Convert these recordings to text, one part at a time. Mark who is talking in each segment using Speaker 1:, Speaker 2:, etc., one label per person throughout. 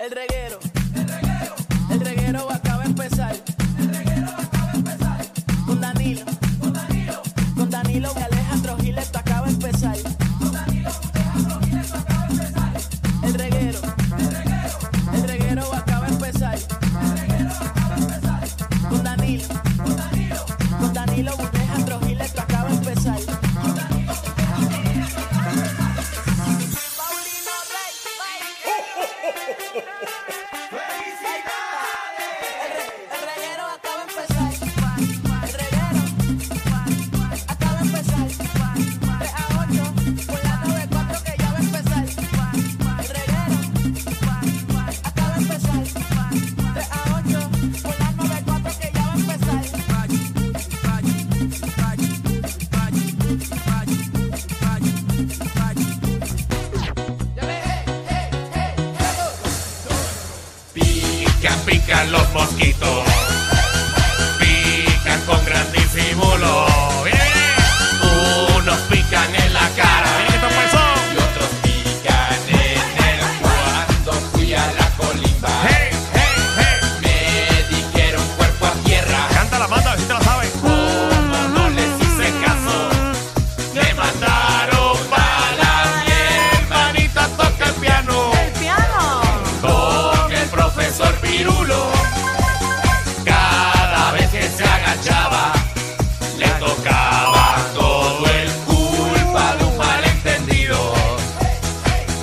Speaker 1: El reguero. El reguero acaba de empezar. Con Danilo. Con Danilo y Alejandro Gil, esto acaba de empezar. El reguero. El reguero acaba de empezar. Con Danilo. Con Danilo y Alejandro Gil, esto acaba de empezar. Paulino Rey. El reguero acaba de empezar. El reguero acaba de empezar. 3 a 8 por la 94 que ya va a empezar. El reguero acaba de empezar. 3 a 8 por la 94 que ya va a empezar.
Speaker 2: Pica, pica los mosquitos. Pican con gran disimulo. ¡Eh! Unos pican en la cara. Y otros pican en el cuando fui a la colimba. Me dijeron cuerpo a tierra.
Speaker 3: Canta la banda, si te la sabes.
Speaker 2: Como no les hice caso, me mandaron balas. Mi hermanita toca el piano. Con el profesor Pirulo. Cada vez que se agachaba, le tocaba todo el culpa de un malentendido.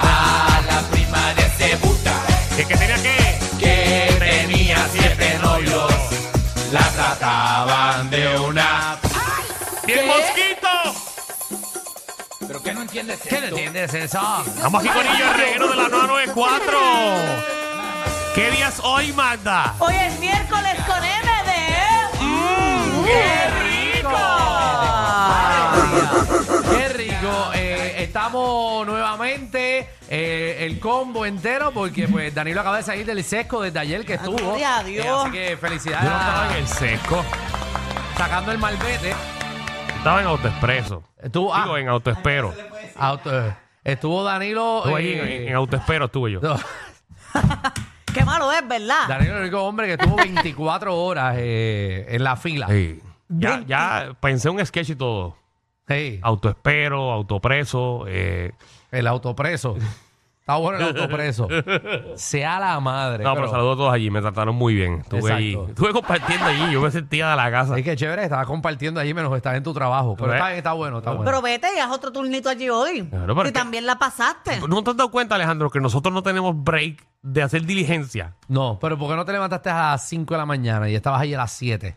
Speaker 2: A la prima de Cebuta,
Speaker 3: ¿Qué que tenía que?
Speaker 2: que tenía siete novios, la trataban de una.
Speaker 3: ¡Bien mosquito!
Speaker 2: ¿Pero qué no entiendes
Speaker 4: ¿Qué no entiendes eso?
Speaker 3: Vamos aquí con ello, el reguero de la 994. ¿Qué día es hoy, Magda?
Speaker 5: Hoy es miércoles con M de... E.
Speaker 4: Mm, Qué rico. Eh, estamos nuevamente eh, el combo entero porque pues Danilo acaba de salir del sesco desde ayer que estuvo.
Speaker 5: Gloria a Dios.
Speaker 4: Eh, así que felicidades.
Speaker 3: Yo no estaba en el seco.
Speaker 4: Sacando el malvete.
Speaker 3: Estaba en autoexpreso.
Speaker 4: Estuvo, ah,
Speaker 3: Digo, en autoespero.
Speaker 4: auto- eh, estuvo Danilo.
Speaker 3: Estuve allí,
Speaker 4: eh,
Speaker 3: en, en autoespero estuve yo.
Speaker 4: no,
Speaker 5: Qué malo es, ¿verdad?
Speaker 4: Danilo es el único hombre que estuvo 24 horas eh, en la fila.
Speaker 3: Sí. Ya, ya pensé un sketch y todo.
Speaker 4: Sí,
Speaker 3: Autoespero, autopreso. Eh.
Speaker 4: El autopreso. Está bueno el autopreso. Sea la madre.
Speaker 3: No, pero
Speaker 4: pero-
Speaker 3: saludos a todos allí. Me trataron muy bien. Estuve allí.
Speaker 4: Exacto.
Speaker 3: Estuve compartiendo allí. Yo me sentía de la casa.
Speaker 4: Es que chévere, estabas compartiendo allí menos estás en tu trabajo. Pero
Speaker 3: Ve.
Speaker 4: está, está bueno, está bueno.
Speaker 5: Pero vete y haz otro turnito allí hoy.
Speaker 3: Claro, pero
Speaker 5: y
Speaker 3: es que-
Speaker 5: también la pasaste.
Speaker 3: ¿No te has dado cuenta, Alejandro, que nosotros no tenemos break de hacer diligencia?
Speaker 4: No, pero ¿por qué no te levantaste a las 5 de la mañana y estabas ahí a las 7?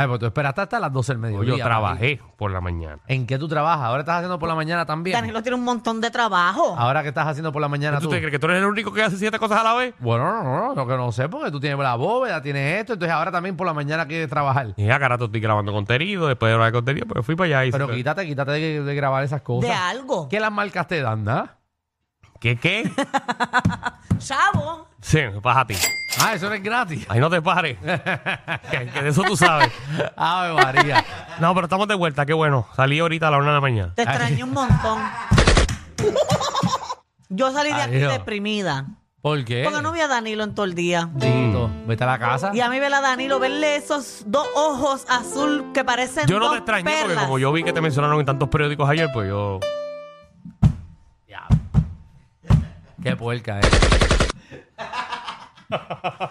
Speaker 4: Ay, pues tú esperaste hasta las 12 del
Speaker 3: Yo,
Speaker 4: mediodía. papi.
Speaker 3: trabajé por la mañana.
Speaker 4: ¿En qué tú trabajas? ¿Ahora estás haciendo por la mañana también?
Speaker 5: Danilo tiene un montón de trabajo.
Speaker 4: ¿Ahora qué estás haciendo por la mañana
Speaker 3: ¿Tú,
Speaker 4: tú?
Speaker 3: te crees que tú eres el único que hace siete cosas a la vez?
Speaker 4: Bueno, no, no, no, lo que no sé, porque tú tienes la bóveda, tienes esto, entonces ahora también por la mañana quieres trabajar.
Speaker 3: Y ya, carajo, estoy grabando contenido, después de grabar contenido, pues fui para allá y...
Speaker 4: Pero quítate, quítate de, de grabar esas cosas.
Speaker 5: de algo.
Speaker 4: ¿Qué las marcas te dan, ah? nada?
Speaker 3: ¿Qué, qué?
Speaker 5: Chavo.
Speaker 3: sí, pasa a ti.
Speaker 4: Ah, eso no es gratis.
Speaker 3: Ahí no te pares. que, que de eso tú sabes.
Speaker 4: Ay, María.
Speaker 3: No, pero estamos de vuelta, qué bueno. Salí ahorita a la una de la mañana.
Speaker 5: Te extrañé un montón. Yo salí de aquí
Speaker 4: Adiós.
Speaker 5: deprimida.
Speaker 4: ¿Por qué?
Speaker 5: Porque no vi a Danilo en todo el día.
Speaker 4: Tito, vete a la casa.
Speaker 5: Y a mí ver a Danilo, verle esos dos ojos azul que parecen
Speaker 3: Yo no
Speaker 5: dos
Speaker 3: te extrañé porque
Speaker 5: perlas.
Speaker 3: como yo vi que te mencionaron en tantos periódicos ayer, pues yo...
Speaker 4: Qué puerca, eh.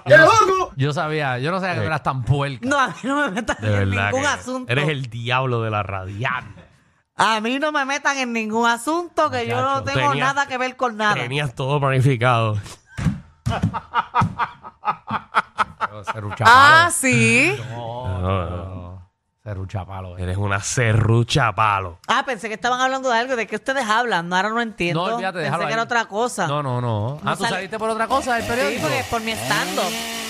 Speaker 6: ¡Qué loco!
Speaker 4: Yo sabía, yo no sabía que tú eras tan puerca.
Speaker 5: No, a mí no me metan
Speaker 3: De
Speaker 5: en
Speaker 3: verdad.
Speaker 5: ningún
Speaker 3: que
Speaker 5: asunto.
Speaker 3: Eres el diablo de la radiante.
Speaker 5: A mí no me metan en ningún asunto que yo no
Speaker 3: Muchacho,
Speaker 5: tengo
Speaker 3: tenías-
Speaker 5: nada que ver con nada.
Speaker 3: Tenías todo planificado.
Speaker 4: Serrucha palo.
Speaker 7: Ah, sí.
Speaker 3: No, no.
Speaker 4: Serrucha palo. eh.
Speaker 3: Eres una serrucha palo.
Speaker 5: Ah, pensé que estaban hablando de algo, de que ustedes hablan. No, ahora no entiendo.
Speaker 4: No, olvídate,
Speaker 5: pensé
Speaker 4: déjalo
Speaker 5: que
Speaker 4: ahí.
Speaker 5: era otra cosa.
Speaker 4: No, no, no. Ah, ¿tú
Speaker 5: sale-
Speaker 4: saliste por otra cosa del
Speaker 5: Sí,
Speaker 4: periódico?
Speaker 5: porque es por mi estando.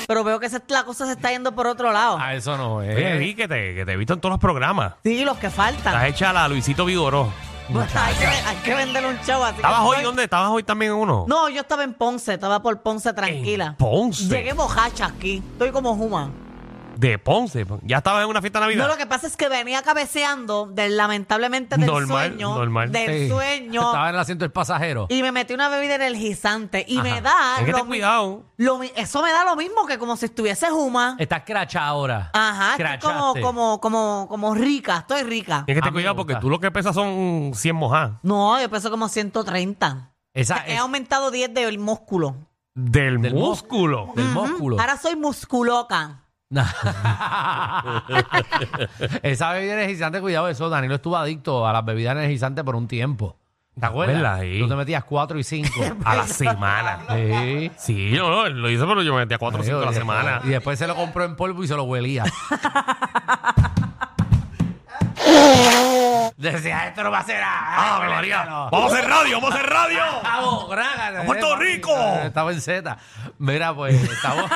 Speaker 5: Pero veo que se- la cosa se está yendo por otro lado.
Speaker 4: Ah, eso no es.
Speaker 5: Eh.
Speaker 3: Oye, vi que te, que te he visto en todos los programas.
Speaker 5: Sí, los que faltan.
Speaker 3: Estás hecha la Luisito Vigoró.
Speaker 5: Pues, hay, que, hay que venderle un chavo así. que
Speaker 3: ¿Estabas hoy
Speaker 5: estoy-
Speaker 3: dónde? ¿Estabas hoy también en uno?
Speaker 5: No, yo estaba en Ponce, estaba por Ponce
Speaker 3: En
Speaker 5: tranquila.
Speaker 3: Ponce.
Speaker 5: Llegué bojacha aquí, estoy como Juma.
Speaker 3: De Ponce. Ya estabas en una fiesta de
Speaker 5: No,
Speaker 3: Navidad.
Speaker 5: lo que pasa es que venía cabeceando del lamentablemente del
Speaker 3: Normal,
Speaker 5: sueño,
Speaker 3: normal.
Speaker 5: del
Speaker 4: Sí.
Speaker 5: sueño
Speaker 4: Estaba en el asiento del pasajero.
Speaker 5: y me metí una bebida energizante y me da
Speaker 3: Hay que
Speaker 5: lo
Speaker 3: tener
Speaker 5: mi-
Speaker 3: cuidado.
Speaker 5: lo mi- eso me da lo mismo que como si estuviese Juma.
Speaker 4: Estás crachada ahora.
Speaker 5: Ajá, estoy
Speaker 4: Eh, Crachaste.
Speaker 5: como como como como rica, estoy rica.
Speaker 3: Tienes que tener
Speaker 4: A mí me
Speaker 3: cuidado porque
Speaker 4: gusta.
Speaker 3: tú lo que pesas son 100 mojadas.
Speaker 5: No, yo peso como 130.
Speaker 4: Esa
Speaker 5: He
Speaker 4: es
Speaker 5: aumentado 10 del músculo. ¿Mm?
Speaker 3: Del,
Speaker 4: Del mos-
Speaker 3: músculo.
Speaker 4: del músculo.
Speaker 5: Ahora soy musculoca.
Speaker 4: Esa bebida energizante, cuidado, eso. Danilo estuvo adicto a las bebidas energizantes por un tiempo. ¿Te acuerdas?
Speaker 3: acuerdas, sí.
Speaker 4: Tú te metías cuatro y cinco. Ah,
Speaker 3: A la semana.
Speaker 4: sí.
Speaker 3: Sí, yo no, lo hice, pero yo me metía 4 o 5 a la
Speaker 4: Y después-
Speaker 3: semana.
Speaker 4: Y después se lo compró en polvo y se lo huelía. Decía, esto no va a ser nada.
Speaker 3: ¡Ah, Ave María! ¡Vamos a hacer radio! ¡Vamos a hacer radio!
Speaker 4: ¡Vamos, grágate!
Speaker 3: ¡Puerto
Speaker 4: papi,
Speaker 3: Rico!
Speaker 4: Estaba en Z. Mira, pues, estamos...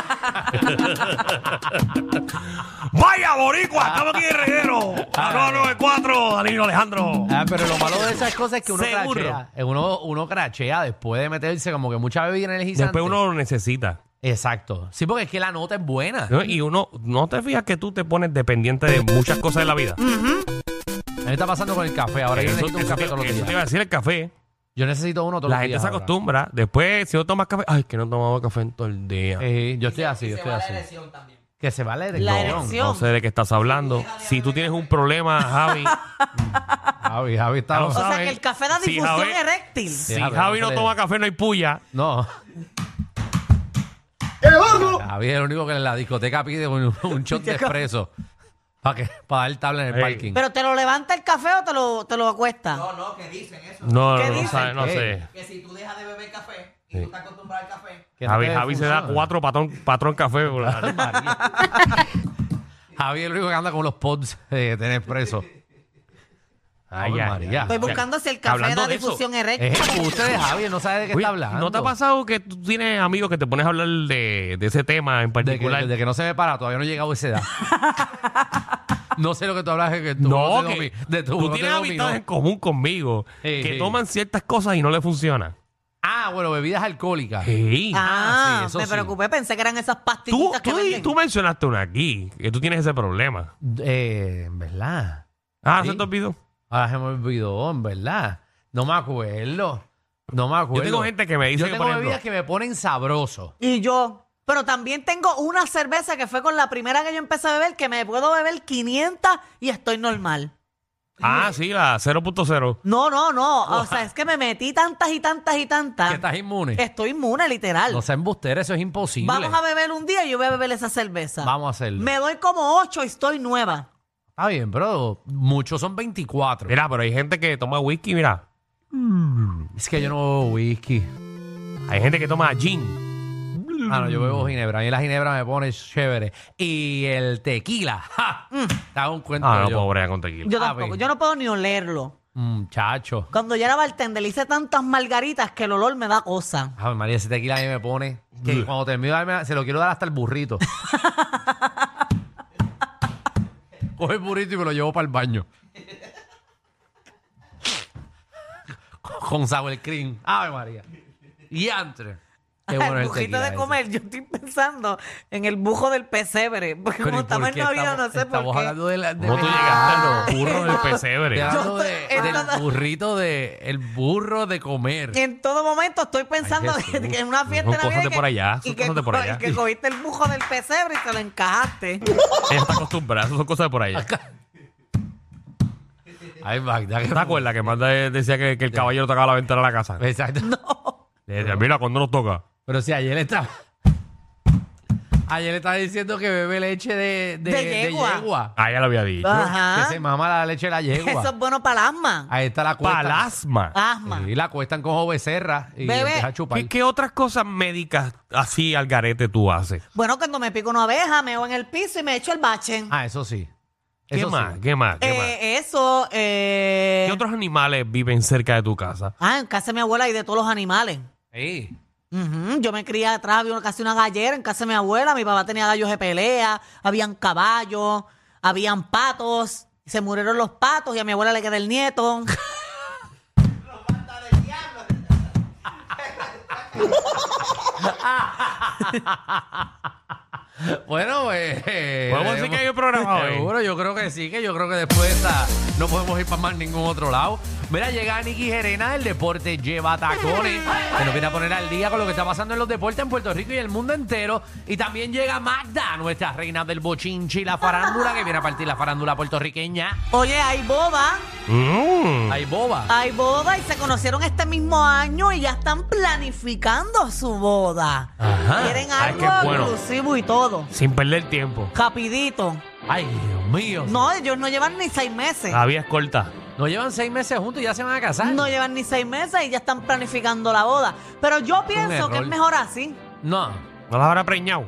Speaker 3: ¡Vaya, Boricua! Estamos aquí en Reguero. A 994, Danilo Alejandro.
Speaker 4: Ah, pero lo malo de esas cosas es que uno
Speaker 3: Seguro.
Speaker 4: crachea. Eh, Uno, uno crachea después de meterse como que mucha bebida energizante.
Speaker 3: Después uno lo necesita.
Speaker 4: Exacto. Sí, porque es que la nota es buena.
Speaker 3: ¿no? Y uno, ¿no te fijas que tú te pones dependiente de muchas cosas de la vida?
Speaker 4: A mí me está pasando con el café. Ahora Mm. yo
Speaker 3: Eso,
Speaker 4: necesito un
Speaker 3: eso
Speaker 4: café
Speaker 3: te,
Speaker 4: todos los
Speaker 3: eso te
Speaker 4: días.
Speaker 3: iba a decir el café.
Speaker 4: Yo necesito uno todos
Speaker 3: La
Speaker 4: los
Speaker 3: gente
Speaker 4: días.
Speaker 3: se
Speaker 4: ahora.
Speaker 3: acostumbra. Después, si no tomas café, ay, que no he tomado café en todo el día.
Speaker 4: Eh, yo estoy así, yo estoy así. Que se va la erección.
Speaker 5: La erección.
Speaker 3: No sé de qué estás hablando. Si tú tienes un problema, Javi,
Speaker 4: Javi, Javi está...
Speaker 3: Ya lo
Speaker 5: O sea
Speaker 3: ¿Sabe?
Speaker 5: que el café da
Speaker 3: Sí,
Speaker 5: difusión
Speaker 3: Javier.
Speaker 5: eréctil.
Speaker 3: si
Speaker 4: Javi,
Speaker 3: Javi
Speaker 4: no
Speaker 3: no
Speaker 4: se le-
Speaker 3: toma café, no hay puya.
Speaker 4: No.
Speaker 6: ¡Qué loco!
Speaker 4: Javi es el único que en la discoteca pide un, un shot de expreso para que para dar tabla en el
Speaker 3: Ey.
Speaker 4: parking.
Speaker 5: Pero te lo levanta el café o te lo, te lo acuesta.
Speaker 3: No,
Speaker 5: ¿Qué
Speaker 3: no, no,
Speaker 5: dicen?
Speaker 3: sabe, no
Speaker 4: ¿Qué?
Speaker 3: sé.
Speaker 4: Que no
Speaker 3: Javi,
Speaker 4: te
Speaker 3: Javi se da
Speaker 4: funciona.
Speaker 3: cuatro patrón, patrón café. por la-
Speaker 4: Javi es el único que anda con los pods de tener preso. Ay,
Speaker 3: Ave
Speaker 4: María.
Speaker 5: Estoy buscando si el café
Speaker 3: Hablando
Speaker 5: da
Speaker 3: de eso,
Speaker 5: difusión eréctil.
Speaker 4: Es usted, Javi, no sabe de qué
Speaker 3: Oye,
Speaker 4: está hablando.
Speaker 3: ¿No te ha pasado que tú tienes amigos que te pones a hablar de, de ese tema en
Speaker 4: De que,
Speaker 3: particular?
Speaker 4: de que no se me para, todavía no he llegado a esa edad. no sé lo que tú hablas de que tú
Speaker 3: no,
Speaker 4: te
Speaker 3: que
Speaker 4: domi- de
Speaker 3: tú,
Speaker 4: no te
Speaker 3: tienes
Speaker 4: dominó.
Speaker 3: amistades en común conmigo
Speaker 4: Sí,
Speaker 3: que
Speaker 4: sí.
Speaker 3: toman ciertas cosas y no le funciona.
Speaker 4: Ah, bueno, bebidas alcohólicas.
Speaker 3: Sí.
Speaker 5: Ah,
Speaker 4: Ah, sí, eso
Speaker 5: me
Speaker 4: sí.
Speaker 5: preocupé, pensé que eran esas
Speaker 3: Tú,
Speaker 5: pastillitas que
Speaker 3: tú,
Speaker 5: venden.
Speaker 3: tú mencionaste una aquí, que tú tienes ese problema.
Speaker 4: Eh, en verdad.
Speaker 3: Ah,
Speaker 4: Sí.
Speaker 3: se te olvidó.
Speaker 4: Ahora Ah, se me olvidó, en verdad. No me acuerdo. No me acuerdo.
Speaker 3: Yo tengo gente que me dice
Speaker 4: Yo
Speaker 3: que,
Speaker 4: tengo
Speaker 3: por ejemplo,
Speaker 4: bebidas que me ponen sabroso.
Speaker 5: Y yo. Pero también tengo una cerveza que fue con la primera que yo empecé a beber, que me puedo beber 500 y estoy normal.
Speaker 3: Ah, sí, la 0.0.
Speaker 5: No, no, no. O sea, es que me metí tantas y tantas y
Speaker 4: que
Speaker 5: tantas.
Speaker 4: estás inmune.
Speaker 5: Estoy inmune, literal.
Speaker 4: No sea embustero, eso es imposible.
Speaker 5: Vamos a beber un día y yo voy a beber esa cerveza.
Speaker 4: Vamos a hacerlo.
Speaker 5: Me doy como 8 y estoy nueva.
Speaker 4: Está bien, pero muchos son 24.
Speaker 3: Mira, pero hay gente que toma whisky, mira.
Speaker 4: Es que yo no bebo whisky.
Speaker 3: Hay gente que toma gin.
Speaker 4: Ah, no, yo bebo ginebra. A mí la ginebra me pone chévere. Y el tequila, ¡ja!
Speaker 5: Mm.
Speaker 4: Está un cuento
Speaker 3: Ah, no,
Speaker 4: yo. Mm,
Speaker 3: pobre, con tequila.
Speaker 5: Yo
Speaker 4: A
Speaker 5: tampoco.
Speaker 4: ver.
Speaker 5: Yo no puedo ni olerlo.
Speaker 4: Muchacho.
Speaker 5: Cuando ya era bartender, le hice tantas margaritas que el olor me da cosa.
Speaker 4: Ave María, ese tequila a mí me pone que cuando termino de darme, se lo quiero dar hasta el burrito. Coge el burrito y me lo llevo para el baño. con, con sour cream. Ave María. Y antre. Qué bueno
Speaker 5: el
Speaker 4: el
Speaker 5: bujito
Speaker 4: tequila
Speaker 5: de
Speaker 4: ese.
Speaker 5: comer, yo estoy pensando en el bujo del pesebre. Porque
Speaker 4: Pero ¿y
Speaker 5: como
Speaker 4: por
Speaker 5: estamos en
Speaker 4: qué
Speaker 5: Navidad, no sé por
Speaker 4: Estamos
Speaker 5: qué.
Speaker 4: hablando de la... de
Speaker 3: ¿Cómo tú
Speaker 4: la-
Speaker 3: llegaste a los burros del
Speaker 4: Estoy
Speaker 3: pesebre?
Speaker 4: hablando
Speaker 5: Yo
Speaker 4: de-
Speaker 5: estoy-
Speaker 4: del
Speaker 5: esto-
Speaker 4: burrito de... El burro de comer.
Speaker 5: En todo momento estoy pensando
Speaker 4: Ay, Jesús.
Speaker 5: que en una
Speaker 3: Son
Speaker 5: fiesta de Navidad
Speaker 3: cosas de
Speaker 5: y que-
Speaker 3: por allá, son
Speaker 5: y que,
Speaker 3: cosas de por
Speaker 5: co-
Speaker 3: allá.
Speaker 5: y que cogiste el bujo del pesebre y te lo encajaste.
Speaker 3: Ella está acostumbrada, eso son cosas de por allá.
Speaker 4: Ay, Magda, que
Speaker 3: ¿Te acuerdas que Manda decía que, que el caballero tocaba
Speaker 4: Eh.
Speaker 3: la ventana de la casa?
Speaker 4: Exacto.
Speaker 3: Le decía, mira, cuando nos toca.
Speaker 4: Pero si ayer estaba... Ayer le estaba diciendo que bebe leche de, de,
Speaker 5: De
Speaker 4: de
Speaker 5: yegua.
Speaker 4: yegua.
Speaker 3: Ah, ya lo había dicho.
Speaker 5: Ajá.
Speaker 4: Que se mama la leche de la yegua.
Speaker 5: Eso es bueno para el asma.
Speaker 4: Ahí está la cuesta.
Speaker 3: Palasma.
Speaker 5: Asma.
Speaker 4: Y la cuestan con obecerra y
Speaker 5: Bebé,
Speaker 4: empieza a chupar.
Speaker 3: ¿Qué, qué otras cosas médicas así al garete tú haces?
Speaker 5: Bueno, cuando me pico una abeja, me hago en el piso y me echo el bache.
Speaker 4: Ah, eso sí.
Speaker 3: ¿Qué
Speaker 4: Eso sí.
Speaker 3: más? ¿Qué más? ¿Qué más?
Speaker 5: Eh, eso, eh...
Speaker 3: ¿Qué otros animales viven cerca de tu casa?
Speaker 5: Ah, en casa de mi abuela y de todos los animales.
Speaker 4: Sí.
Speaker 5: Ujú, Yo me crié atrás, había una- casi una gallera en casa de mi abuela. Mi papá tenía gallos de pelea, habían caballos, habían patos. Se murieron los patos y a mi abuela le quedó el nieto.
Speaker 4: Bueno, pues. eh,
Speaker 3: ¿Podemos decir
Speaker 4: tenemos-
Speaker 3: que hay un programa hoy?
Speaker 4: Seguro, yo creo que sí, que yo creo que después de esta no podemos ir para más ningún otro lado. Mira, llega Nicky Gerena del deporte Lleva Tacones, que nos viene a poner al día con lo que está pasando en los deportes en Puerto Rico y el mundo entero. Y también llega Magda, nuestra reina del bochinchi y la farándula, que viene a partir la farándula puertorriqueña.
Speaker 5: Oye, hay boba,
Speaker 3: Mm.
Speaker 4: Ay, boba.
Speaker 5: hay boda y se conocieron este mismo año y ya están planificando su boda.
Speaker 3: Ajá.
Speaker 5: Quieren
Speaker 3: Ay,
Speaker 5: algo
Speaker 3: qué bueno.
Speaker 5: exclusivo y todo.
Speaker 3: Sin perder tiempo.
Speaker 5: Rapidito.
Speaker 4: Ay, Dios mío. No.
Speaker 5: No, ellos no llevan ni seis meses.
Speaker 3: La vía es corta.
Speaker 4: llevan seis meses juntos y ya se van a casar.
Speaker 5: No llevan ni seis meses y ya están planificando la boda. Pero yo pienso que
Speaker 4: error.
Speaker 5: es mejor así.
Speaker 4: no.
Speaker 3: No las habrá preñado.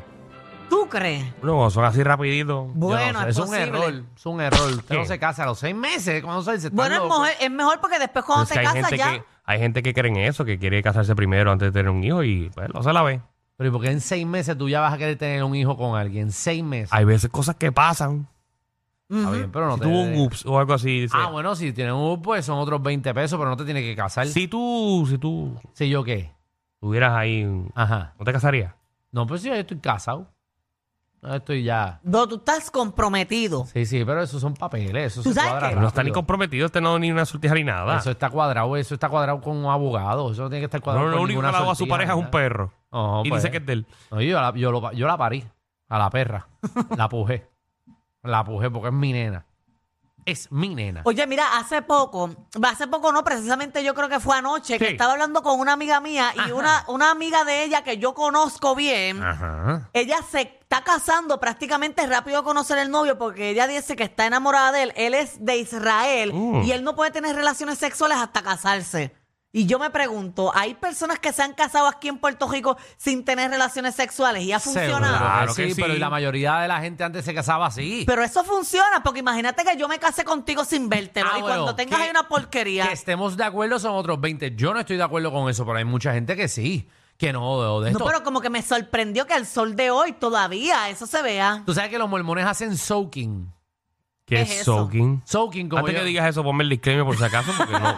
Speaker 5: ¿Tú crees?
Speaker 3: No, son así rapidito.
Speaker 5: Bueno,
Speaker 4: Yo no sé, es,
Speaker 5: es,
Speaker 4: un
Speaker 5: posible.
Speaker 4: error, es un error. Usted no
Speaker 3: ¿Qué?
Speaker 4: se casa a los seis meses. Cuando se dice,
Speaker 5: Bueno, es, mujer- es mejor porque después cuando
Speaker 3: Es que
Speaker 5: se
Speaker 3: hay
Speaker 5: casa
Speaker 3: gente
Speaker 5: ya.
Speaker 3: que hay gente que cree en eso, que quiere casarse primero antes de tener un hijo y pues no se la ve.
Speaker 4: Pero ¿y por qué en seis meses tú ya vas a querer tener un hijo con alguien? Seis meses.
Speaker 3: Hay veces cosas que pasan. ah,
Speaker 5: Ujú.
Speaker 4: Está bien, pero no
Speaker 3: si
Speaker 4: te...
Speaker 3: tuvo un pues. ups o algo así. dice,
Speaker 4: Ah, bueno, si tienes un up, pues son otros 20 pesos, pero no te tienes que casar.
Speaker 3: Si tú, si tú
Speaker 4: ¿Sí yo qué?
Speaker 3: tuvieras ahí, un-
Speaker 4: Ajá.
Speaker 3: ¿no te casarías?
Speaker 4: No, pues sí, yo estoy casado. No, estoy ya...
Speaker 5: No, tú estás comprometido.
Speaker 4: Sí, sí, pero esos son papeles, eso
Speaker 5: ¿Tú
Speaker 4: se
Speaker 5: sabes
Speaker 4: cuadra
Speaker 5: qué?
Speaker 3: Pero no está ni
Speaker 4: rápido.
Speaker 3: comprometido, este no ni una sortija ni nada.
Speaker 4: Eso está cuadrado, eso está cuadrado con un abogado. Eso tiene que estar
Speaker 3: No,
Speaker 4: cuadrado
Speaker 3: lo
Speaker 4: con
Speaker 3: único que
Speaker 4: ninguna
Speaker 3: le ha dado a su
Speaker 4: sortija,
Speaker 3: pareja es un
Speaker 4: ¿verdad?
Speaker 3: perro.
Speaker 4: No,
Speaker 3: y
Speaker 4: pues.
Speaker 3: dice que es de él.
Speaker 4: No, yo, la, yo, lo- yo la parí, a la perra. La pujé. La pujé porque es mi nena. Es mi nena.
Speaker 5: Oye, mira, hace poco, hace poco no, precisamente yo creo que fue anoche, que
Speaker 3: Sí.
Speaker 5: estaba hablando con una amiga mía y una, una amiga de ella que yo conozco bien.
Speaker 3: Ajá.
Speaker 5: Ella se está casando prácticamente rápido a conocer el novio porque ella dice que está enamorada de él. Él es de Israel
Speaker 3: Mm.
Speaker 5: y él no puede tener relaciones sexuales hasta casarse. Y yo me pregunto, ¿hay personas que se han casado aquí en Puerto Rico sin tener relaciones sexuales y ha funcionado?
Speaker 4: Seguro
Speaker 3: Claro que
Speaker 4: Pues sí,
Speaker 3: sí.
Speaker 4: pero y la mayoría de la gente antes se casaba así.
Speaker 5: Pero eso funciona, porque imagínate que yo me case contigo sin vértelo
Speaker 4: Ah,
Speaker 5: y
Speaker 4: bueno,
Speaker 5: cuando tengas
Speaker 4: que-
Speaker 5: ahí una porquería.
Speaker 4: que estemos de acuerdo son otros 20. Yo no estoy de acuerdo con eso, pero hay mucha gente que sí. Que no, de, de
Speaker 5: No,
Speaker 4: esto.
Speaker 5: pero como que me sorprendió que al sol de hoy todavía eso se vea.
Speaker 4: Tú sabes que los mormones hacen soaking.
Speaker 3: ¿Qué
Speaker 5: es
Speaker 3: es
Speaker 5: eso?
Speaker 3: soaking?
Speaker 4: Soaking, como
Speaker 3: Antes
Speaker 4: yo-
Speaker 3: que digas eso, ponme el disclaimer por si acaso, porque no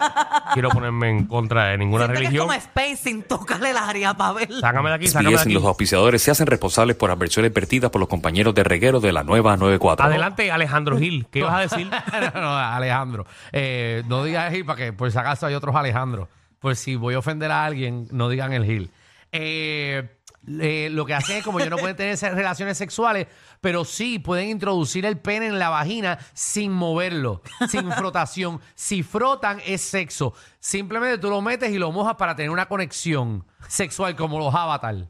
Speaker 3: quiero ponerme en contra de ninguna
Speaker 5: Siento que
Speaker 3: religión.
Speaker 5: es como spacing, tócale la área para ver.
Speaker 3: Sácame de aquí, sácame de
Speaker 7: SBS
Speaker 3: aquí.
Speaker 7: y los auspiciadores se hacen responsables por adversiones vertidas por los compañeros de reguero de la nueva 94.
Speaker 3: Adelante, Alejandro Gil, ¿qué ibas a decir?
Speaker 4: no, no, Alejandro. Eh, no digas Gil para que por si acaso hay otros Alejandro. Pues si voy a ofender a alguien, no digan el Gil. Eh, eh, lo que hacen es como yo no pueden tener se- relaciones sexuales, pero sí pueden introducir el pene en la vagina sin moverlo, sin frotación. Si frotan es sexo. Simplemente tú lo metes y lo mojas para tener una conexión sexual como los avatar.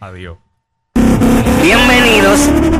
Speaker 3: Adiós.
Speaker 8: Bienvenidos a